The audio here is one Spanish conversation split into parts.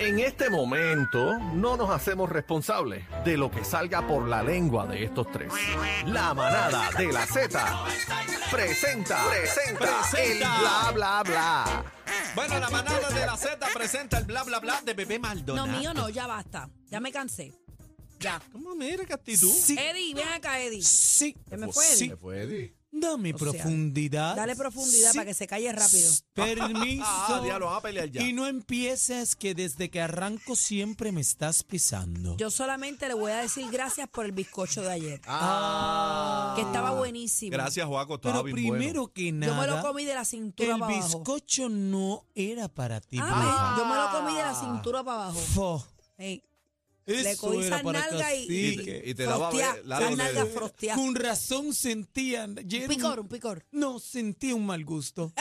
En este momento no nos hacemos responsables de lo que salga por la lengua de estos tres. La manada de la Z presenta, presenta, el bla bla bla. Bueno, la manada de la Z presenta el bla bla bla de Bebé No, Maldonado. mío no, ya basta. Ya me cansé. Ya. ¿Cómo mira qué actitud? Eh, Sí, Eddie, ven acá, Eddie. sí. Se me fue, Sí. Eddie. Dame O sea, profundidad. Dale profundidad Sí. para que se calle rápido. Permiso. Ah, diablo, vamos a pelear ya. y no empieces que desde que arranco siempre me estás pisando. Yo solamente le voy a decir gracias por el bizcocho de ayer, Ah. que estaba buenísimo. Gracias, Juaco. estaba Pero bien primero bueno. que Yo me nada, lo comí de la cintura el para abajo. bizcocho no era para ti. Ah, ve, yo me lo comí de la cintura para abajo. vieja. Fo, Ey, eso cogí esa era para nalga y- Y cacique. te, y te daba Frostea, ver- las de- nalgas frosteadas. Con razón sentían. ayer Un un- picor, un picor. No, sentí un mal gusto.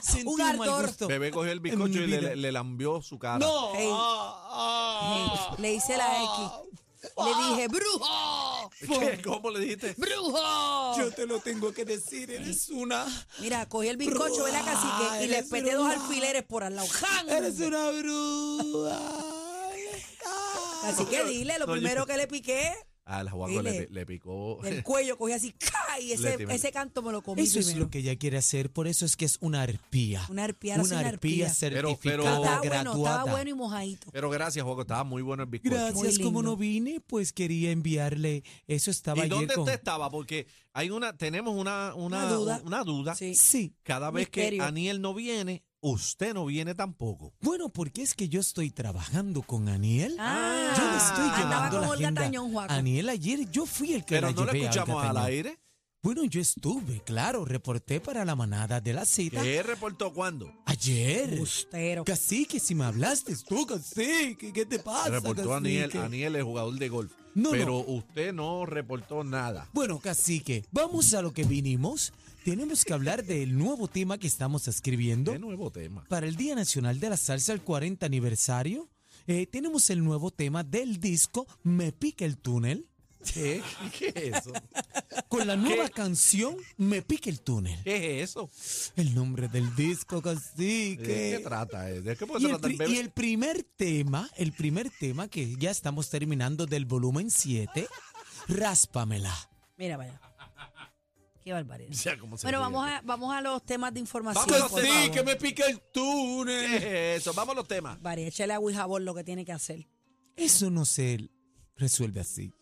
Sentí un, mal ardor. gusto. Bebé cogió el bizcocho En mi y le, vida. le- le lambió su cara. No. Ey. Ah, ah, Ey, le hice la X. Le dije, brujo, ¿Qué? ¿Cómo le dijiste? brujo. ah. Yo te lo tengo que decir, eres una. Mira, cogí el bizcocho, ¿verdad, cacique? Y le Eres peté dos bruja. alfileres por al lado. ¡Jan! Eres una bruja. Así que dile, lo No, yo- primero que le piqué, Ah, el Juaco le, Dile. le picó. del cuello cogí así, ¡ca! y ese, Leti, ese canto me lo comí Eso es primero. lo que ella quiere hacer, por eso es que es una arpía. Una arpía, ahora sí, Una una arpía. arpía Ah, certificada, Pero- pero- Estaba bueno, graduada. estaba bueno y mojadito. Pero gracias, Juaco. Estaba muy bueno el bizcocho. Muy Gracias, lindo. como no vine, pues quería enviarle. Eso estaba ¿Y ayer dónde con- usted estaba? Porque hay una, tenemos una, una, Una duda. una duda. Sí. Sí. Cada vez Misterio. que Aniel no viene, usted no viene tampoco. Bueno, porque es que yo estoy trabajando con Aniel. Ah, yo le estoy andaba llevando con la Olga agenda. Tañón, Juaco. Aniel ayer yo fui el que Pero la no lo llevé a Olga escuchamos al Tañón. aire. Bueno, yo estuve, claro, reporté para la manada de la cita. ¿Qué reportó cuándo? Ayer. Bustero. Cacique, si me hablaste, tú, cacique, ¿qué te pasa? reportó Aniel, cacique? Aniel es jugador de golf. No, pero no. usted no reportó nada. Bueno, cacique, vamos a lo que vinimos. Tenemos que hablar del nuevo tema que estamos escribiendo De nuevo tema. para el Día Nacional de la Salsa, el 40 aniversario. eh, tenemos el nuevo tema del disco Me Pica el Túnel, ¿Qué, ¿Qué es eso? con la nueva canción Me Pica el Túnel. ¿Qué es eso? El nombre del disco, ¿De qué, cacique. trata? eh? ¿De qué puede Y el, tratar pri- bebé? y el primer tema, el primer tema que ya estamos terminando del volumen 7, Ráspamela. Mira, vaya. Qué barbaridad. Ya, ¿cómo se Bueno, ríe? vamos a, vamos a los temas de información. Pues Vámonos, por sí, favor. que me pica el túnel. ¿Qué es eso? Vamos a los temas. Vale, échale agua y jabón lo que tiene que hacer. Eso no se resuelve así.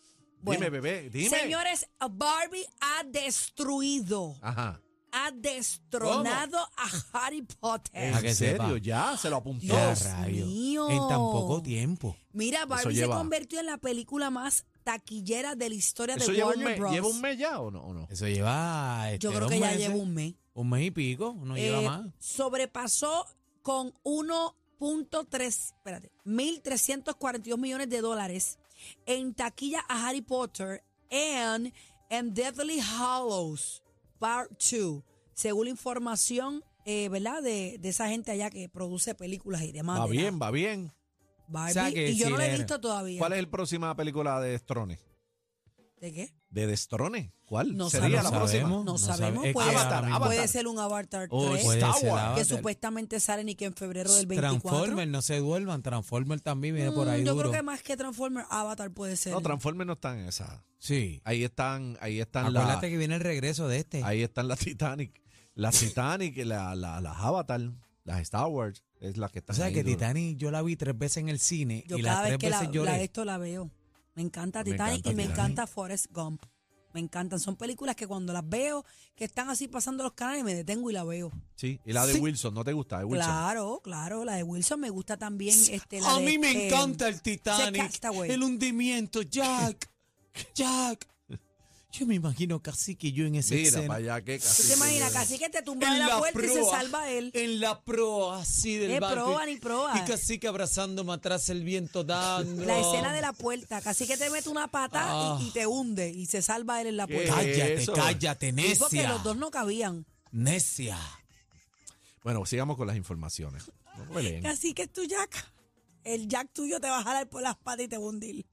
Bueno, dime, bebé, dime. Señores, Barbie ha destruido, Ajá. ha destronado a Harry Potter. Para ¿En que serio? sepa. Ya, se lo apuntó. Ya, Dios rayo. mío. En tan poco tiempo. Mira, Barbie se lleva- convirtió en la película más taquillera de la historia ¿Eso de lleva un, Warner mes, Bros. lleva un mes ya o no? o no? Eso lleva. este, Yo creo dos que ya meses. lleva un mes. Un mes y pico, no lleva Eh, más. Sobrepasó con 1.3, espérate, 1.342 millones de dólares en taquilla a Harry Potter and, and Deathly Hollows Part 2, según la información, eh, ¿verdad? De, de esa gente allá que produce películas y demás. Va de bien, la va bien. Barbie, O sea, que y yo no la he si le- visto todavía. ¿Cuál es la próxima película de Destrones? ¿De qué? ¿De Destrones? ¿Cuál No sería sabemos. la próxima? No, sabe- sabemos, es que puede, ser- ahora mismo- Avatar. puede ser un Avatar 3. Oh, Puede Star ser Wars, Avatar. que supuestamente salen y que en febrero del 24. Transformer, no se duerman. Transformer también viene por Mm, ahí Yo duro. creo que más que Transformer, Avatar puede ser. No, Transformers no están en esa. Sí. Ahí están, ahí están las, Acuérdate que viene el regreso de este. ahí están las Titanic, las Titanic, la, la, las Avatar, las Star Wars, es la que O están. sea ahí que duro. Titanic yo la vi tres veces en el cine yo y cada las vez tres que la, veces lloré. la- esto la veo. Me encanta Me Titanic encanta y me Titanic. encanta Forrest Gump. Me encantan. Son películas que cuando las veo, que están así pasando los canales, me detengo y la veo. Sí, y la de Sí. Wilson, ¿no te gusta? De Wilson. Claro, claro. La de Wilson me gusta también. Este, la a de, mí me eh, encanta el Titanic, Castaway. el hundimiento, Jack, Jack. Yo me imagino casi que yo en esa Mira, escena, para allá que ¿Tú casi. te imaginas? Casi que te tumba de En la, la puerta y se proa. salva él. en la proa así del Eh, barco. proa, ni proa. Y casi que abrazándome atrás el viento dando. La escena de la puerta, casi que te mete una pata Ah. y, y te hunde y se salva él en la puerta. Ay, Cállate, Eso. cállate, Sí, porque necia. los dos no cabían. Necia. Bueno, sigamos con las informaciones. No peleen. Casi que es tu Jack. El Jack tuyo te va a jalar por las patas y te va a hundir.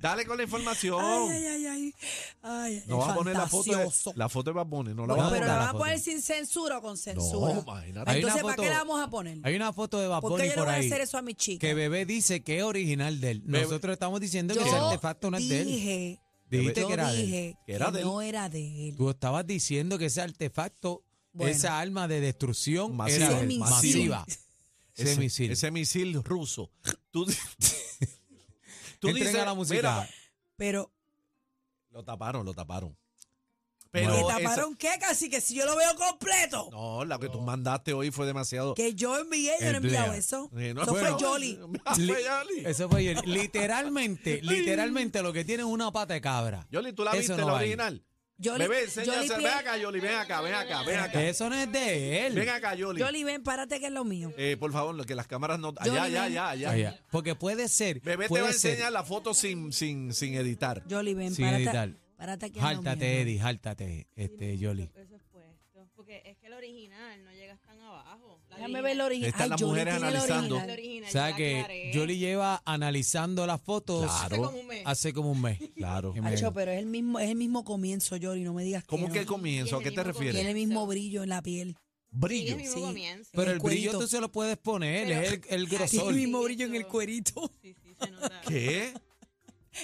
Dale con la información. Ay, ay, ay, ay. ay ay, no va a poner la foto, de, fantasioso. la foto de Bad Bunny, no la Bueno, va a pero poner. la la van a foto. poner sin censura o con censura. No, imagínate. Hay una Entonces, ¿para foto- qué la vamos a poner? Hay una foto de Bad ¿Por qué Bunny yo le por voy a ahí. hacer eso a mi chica? Que Bebé dice que es original de él. Bebé- Nosotros estamos diciendo que yo ese artefacto no es de él. dije, Dijiste yo que era de él. dije Que era que de él. no era de él. Tú estabas diciendo que ese artefacto, Bueno. esa arma de destrucción Masiva, era de él. Semisil. masiva. Ese misil. Ese misil ruso. Tú, di- tú Entren dices, a la música. mira, Pero, lo taparon, lo taparon. Pero ¿me esa- taparon qué? Casi que si yo lo veo completo. esa- no, la que tú mandaste hoy fue demasiado. Que yo envié, yo no he enviado Emplea. eso. Eh, no, eso bueno, fue Jolly. Fue Yoli. Eso fue ayer. Literalmente, literalmente lo que tiene es una pata de cabra. Yoli, ¿tú la Eso viste no la va ahí. original? Yoli- Bebé, Yoli enséñase. Ven pie- acá, Yoli, ven acá, ven acá, ven acá. Eso no es de él. Ven acá, Yoli. Yoli, ven, párate que es lo mío. Eh, por favor, lo que las cámaras no. Allá, Yoli, allá, ven. allá, allá. Allá. Porque puede ser. Bebé te puede va a ser. enseñar la foto sin, sin, sin editar. Yoli, ven, Sin párate, editar. párate que es lo mío. Jáltate, Eddie, jáltate, este, Yoli. Eso es puesto. Porque es que el original no llegas tan abajo. La Déjame ver el original. Están Ay, las Yoli mujeres tiene el analizando. original. El original. O sea ya que aclaré. Yoli lleva analizando las fotos Claro. Hace como un mes. hace como un mes. Claro. Que me- Acho, pero es el mismo, es el mismo comienzo, Yoli, no me digas ¿Cómo no. que comienzo? ¿A Y qué el te mismo refieres? Tiene el comienzo. mismo brillo en la piel. Sí, es Brillo. el mismo Sí. comienzo. Pero el el, brillo cuerito. tú se lo puedes poner, Pero- es el, Tiene el grosor. el mismo brillo en el cuerito, Sí, sí, se nota. ¿Qué?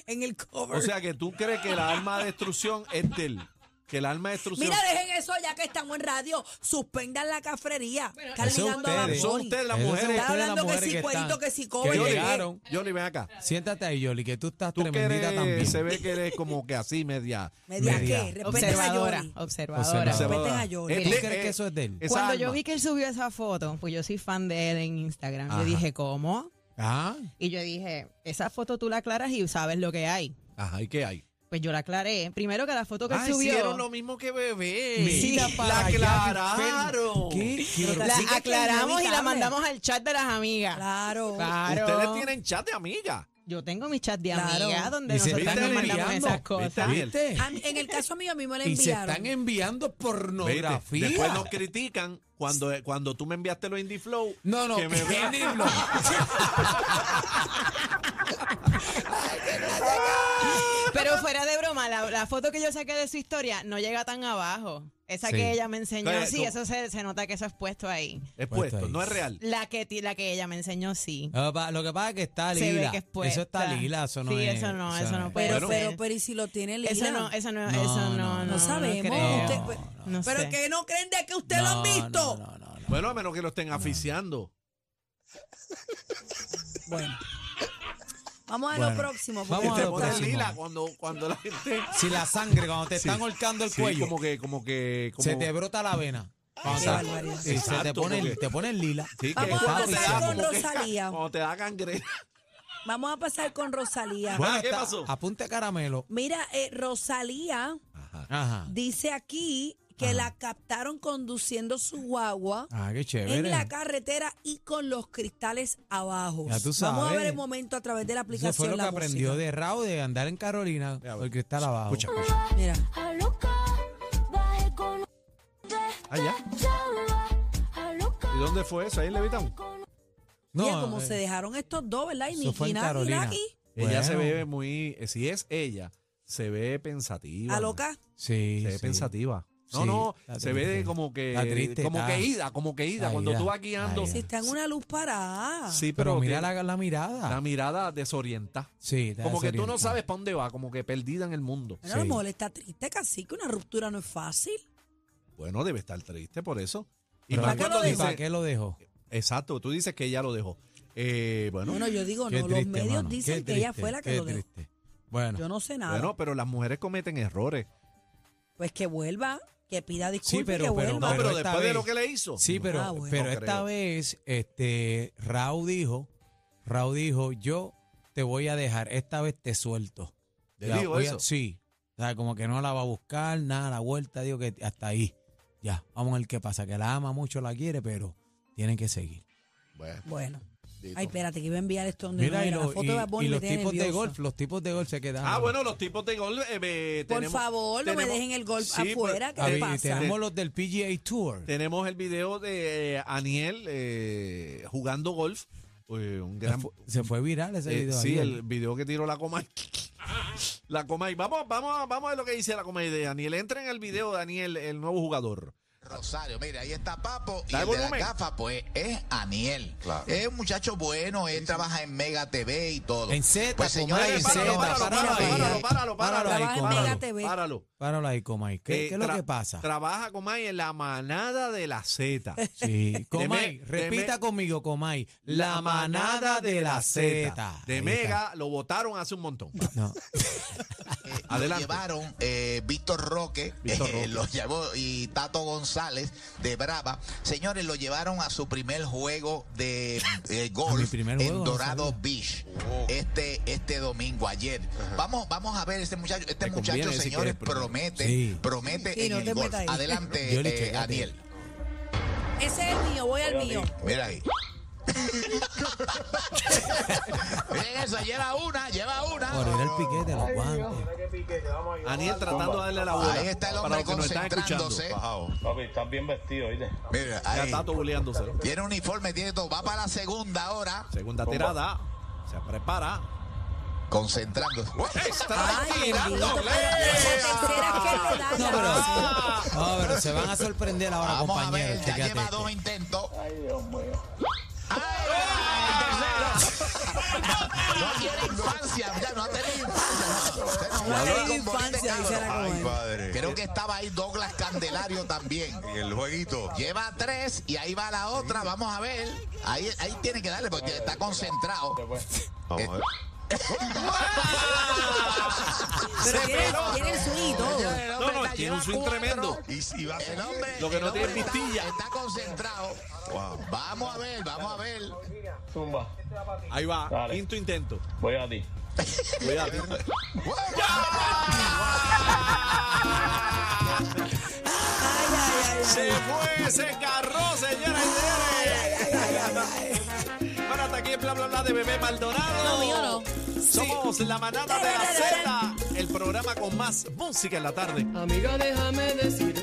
en el cover. O sea que tú crees que la arma de destrucción es del. Que el arma de destrucción. Mira, dejen eso ya que estamos en radio. Suspendan la cafrería. Bueno, Están Eso ligando a Bad ustedes. son Bunny. ustedes las Esas son mujeres. Está ustedes las hablando que mujeres sí, están- cuerito, que sí, que cobre. Yoli, llegaron. Yoli, ven acá. Siéntate ahí, Yoli, que tú estás Tú que tremendita eres- también. se ve que eres como que así media. Media Media. que, respeten a Observadora, Yoli. observadora. se va- Respeten a Yoli. Eh, ¿Tú eh, crees que eso es de él? esa Cuando arma. yo vi que él subió esa foto, pues yo soy fan de él en Instagram, Ajá. yo dije, ¿cómo? Ah, Y yo dije, esa foto tú la aclaras y sabes lo que hay. Ajá, ¿y qué hay? Pues yo la aclaré. Primero que la foto que él Ah, subió... hicieron lo mismo que bebé. mira para la allá, aclararon. enfermo. ¿Qué? Qué horror. La Así que es aclaramos y inevitable. la mandamos al chat de las amigas. Claro. Claro. Ustedes tienen chat de amiga. Yo tengo mi chat de Claro. amigas donde Y se nosotras están nos mandamos enviando. esas ¿Viste, cosas. Ah, Ariel? ¿Viste? A mí- en el caso mío, a mí me la Y se enviaron. están enviando Viste, pornografía. Después nos critican cuando, cuando tú me enviaste los Indie Flow. No, no, que me vean. Kenny Block. Pero fuera de broma, la, la foto que yo saqué de su historia no llega tan abajo. Esa Sí. que ella me enseñó, Pero, sí, ¿cómo? eso se, se nota que eso es puesto ahí. Es Puesto puesto, Pues ahí. no es real. La que, ti- la que ella me enseñó, sí. Lo que pa- Lo que pasa es que está Se ve lila. que es puesta. Eso está lila, eso no Sí, es. eso no, eso no puede Pero, Bueno. pero, pero, ¿y si lo tiene Lila? Eso no, eso no, No, eso no, no, no, no, no sabemos. creo. Usted- No pero sé. que no creen de que usted lo han visto. No, no, no, no. Bueno, a menos que lo estén aficiando. Bueno. Vamos a lo Bueno, próximo. vamos porque a Te lo está- pones próximo. lila cuando, cuando la gente. Si la sangre, cuando te Sí. están holcando el Sí, cuello, Pues, como que, como que. Como, se te brota la vena. Cuando Qué te- barbaridad. y se te Exacto, pone, porque- te pone lila. Sí, que Vamos a cuando te pasar da con como que- Rosalía. Cuando te da gangrena. Vamos a pasar con Rosalía. Bueno. Ah, Ahí ¿qué está, pasó? Apunte caramelo. Mira, eh, Rosalía Ajá. dice aquí que Ajá. la captaron conduciendo su guagua Ah, qué en chévere. la carretera y con los cristales abajo. Ya tú Vamos a sabes. ver el momento a través de la aplicación. Eso fue lo que la aprendió música. de Raúl de andar en Carolina, Ya, porque está abajo. Escucha, escucha. Mira. A loca, bajé con Allá. chava, a loca. ¿Y dónde fue eso? ¿Ahí en Levitown? Mira cómo eh, se dejaron estos dos, ¿verdad? Y eso Nicki fue en Minaj y Carolina. Nicki. Ella se Bueno. ve muy, eh, si es ella, se ve pensativa. A loca. Sí, Se ve sí. pensativa. No, Sí, no, está se ve triste. como que Está triste, como está- que ida, como que ida está cuando ida, tú vas guiando. está Si está en una luz parada. Sí, pero, Pero, mira que la, la mirada. la, mirada desorienta. sí, está Como que tú no desorientada. sabes para dónde va, como que perdida en el mundo. Bueno, a lo Sí. mejor está triste, casi que una ruptura no es fácil. Bueno, debe estar triste por eso. Y Pero más ¿para qué cuando lo ¿y dice- para dice, qué lo dejó? exacto, tú dices que ella lo dejó. Eh, bueno, Bueno, yo digo, Qué no, los triste, medios mano, dicen qué que ella triste, fue la que qué lo dejó. triste. Bueno, Yo no sé nada. bueno, pero las mujeres cometen errores. Pues que vuelva, que pida disculpas, pero- que pero- No, vuelva. pero, pero esta después de vez- lo que le hizo. sí, pero, Ah, bueno. pero No esta creo. vez este, Raúl dijo, Raúl dijo, yo te voy a dejar, esta vez te suelto. ¿Le Ya, digo voy a- eso? sí. O sea, como que no la va a buscar, nada, la vuelta, digo que hasta ahí. Ya, vamos a ver qué pasa, que la ama mucho, la quiere, pero tienen que seguir. Bueno, Bueno. dito. Ay, espérate, que iba a enviar esto donde no Mira, y, era. lo- la foto y- de Bad Bunny y me los tiene tipos de nerviosa. golf, los tipos de golf se quedan. Ah, bueno, los tipos de gol. eh, eh, Por tenemos- favor, no me tenemos- dejen el golf Sí, pues, afuera. ¿Qué Ah, le y pasa? tenemos los del PGA Tour. Tenemos el video de eh, Aniel eh, jugando golf. eh, un gran. Se fue viral ese eh, video. sí, ayer. el video que tiró la coma. La Comay. Vamos, vamos, a- vamos a ver lo que dice la Comay de Daniel. Entra en el video, Daniel, el nuevo jugador. Rosario, mira, ahí está Papo y Dale el de la volumen. gafa, pues, es Aniel. Es un muchacho bueno, él trabaja en Mega TV y todo. En Z, pues, Comay, señoras y en Eh, Páralo, Z, señores, páralo, páralo, páralo ahí. páralo, páralo, Páralo ahí, páralo, Comay. páralo, TV. páralo. Páralo ahí, Comay. ¿Qué, Eh, qué es lo tra- que pasa? Trabaja, Comay, en la manada de la Z. Sí. Comay, me- de repita me- conmigo, Comay. La manada de la Z. De Mega lo votaron hace un montón. No. eh, lo Adelante. llevaron eh, Víctor Roque, Víctor eh, Roque. lo llevó y Tato González de Brava. Señores, lo llevaron a su primer juego de eh, A mi golf primer en juego, no Dorado sabía. Beach Oh. este este domingo ayer. Vamos vamos a ver este muchacho, este Te muchacho, conviene si señores, quieres, pero- promete, Sí. promete Sí, en no el te golf. metas ahí. Yo le Adelante, chequeé eh, a Ariel. Ese es el mío, voy al mío. Mira ahí. Miren eso, lleva una, lleva una. Por ir el piquete, los guantes. Daniel tratando de darle la bola. Ahí está el para hombre los que nos están escuchando. concentrándose. Bajao. Papi, estás bien vestido, ¿oíste? Mira, Ya ahí. está boleándose. Tiene uniforme, tiene todo. Va para la segunda ahora. Segunda tirada. Se prepara. Concentrando. Está eh. Ay, bendito, pero esa tercera es que le No, dan pero, la- no, pero se van a sorprender ahora, Vamos a compañeros. ver, ya chécate lleva esto. dos intentos. Ay, Dios mío. No tiene infancia, ya no ha tenido infancia. no. Usted no No va a le ver di con bolita, infancia, dice la cabrón. Comay. Creo que estaba ahí Douglas Candelario también. el jueguito. Lleva tres y ahí va la otra. Vamos a ver. Ahí, ahí tiene que darle porque está concentrado. Eh, Pero tiene, tiene el swing y todo. el hombre No, no, está- tiene un lleva swing cuatro. tremendo. El hombre, Lo que no el tiene hombre está- pistilla. Está, concentrado. Vamos a ver, vamos a ver. Zumba, Ahí va. Dale. Quinto intento. voy a ti. Cuidado. Ay, ay, ay, ay. Se fue, se carró, señoras y señores. Bueno, hasta aquí el bla bla bla de bebé Maldonado. No, mío no. Somos la manada de la Z, el programa con más música en la tarde. Amiga, déjame decir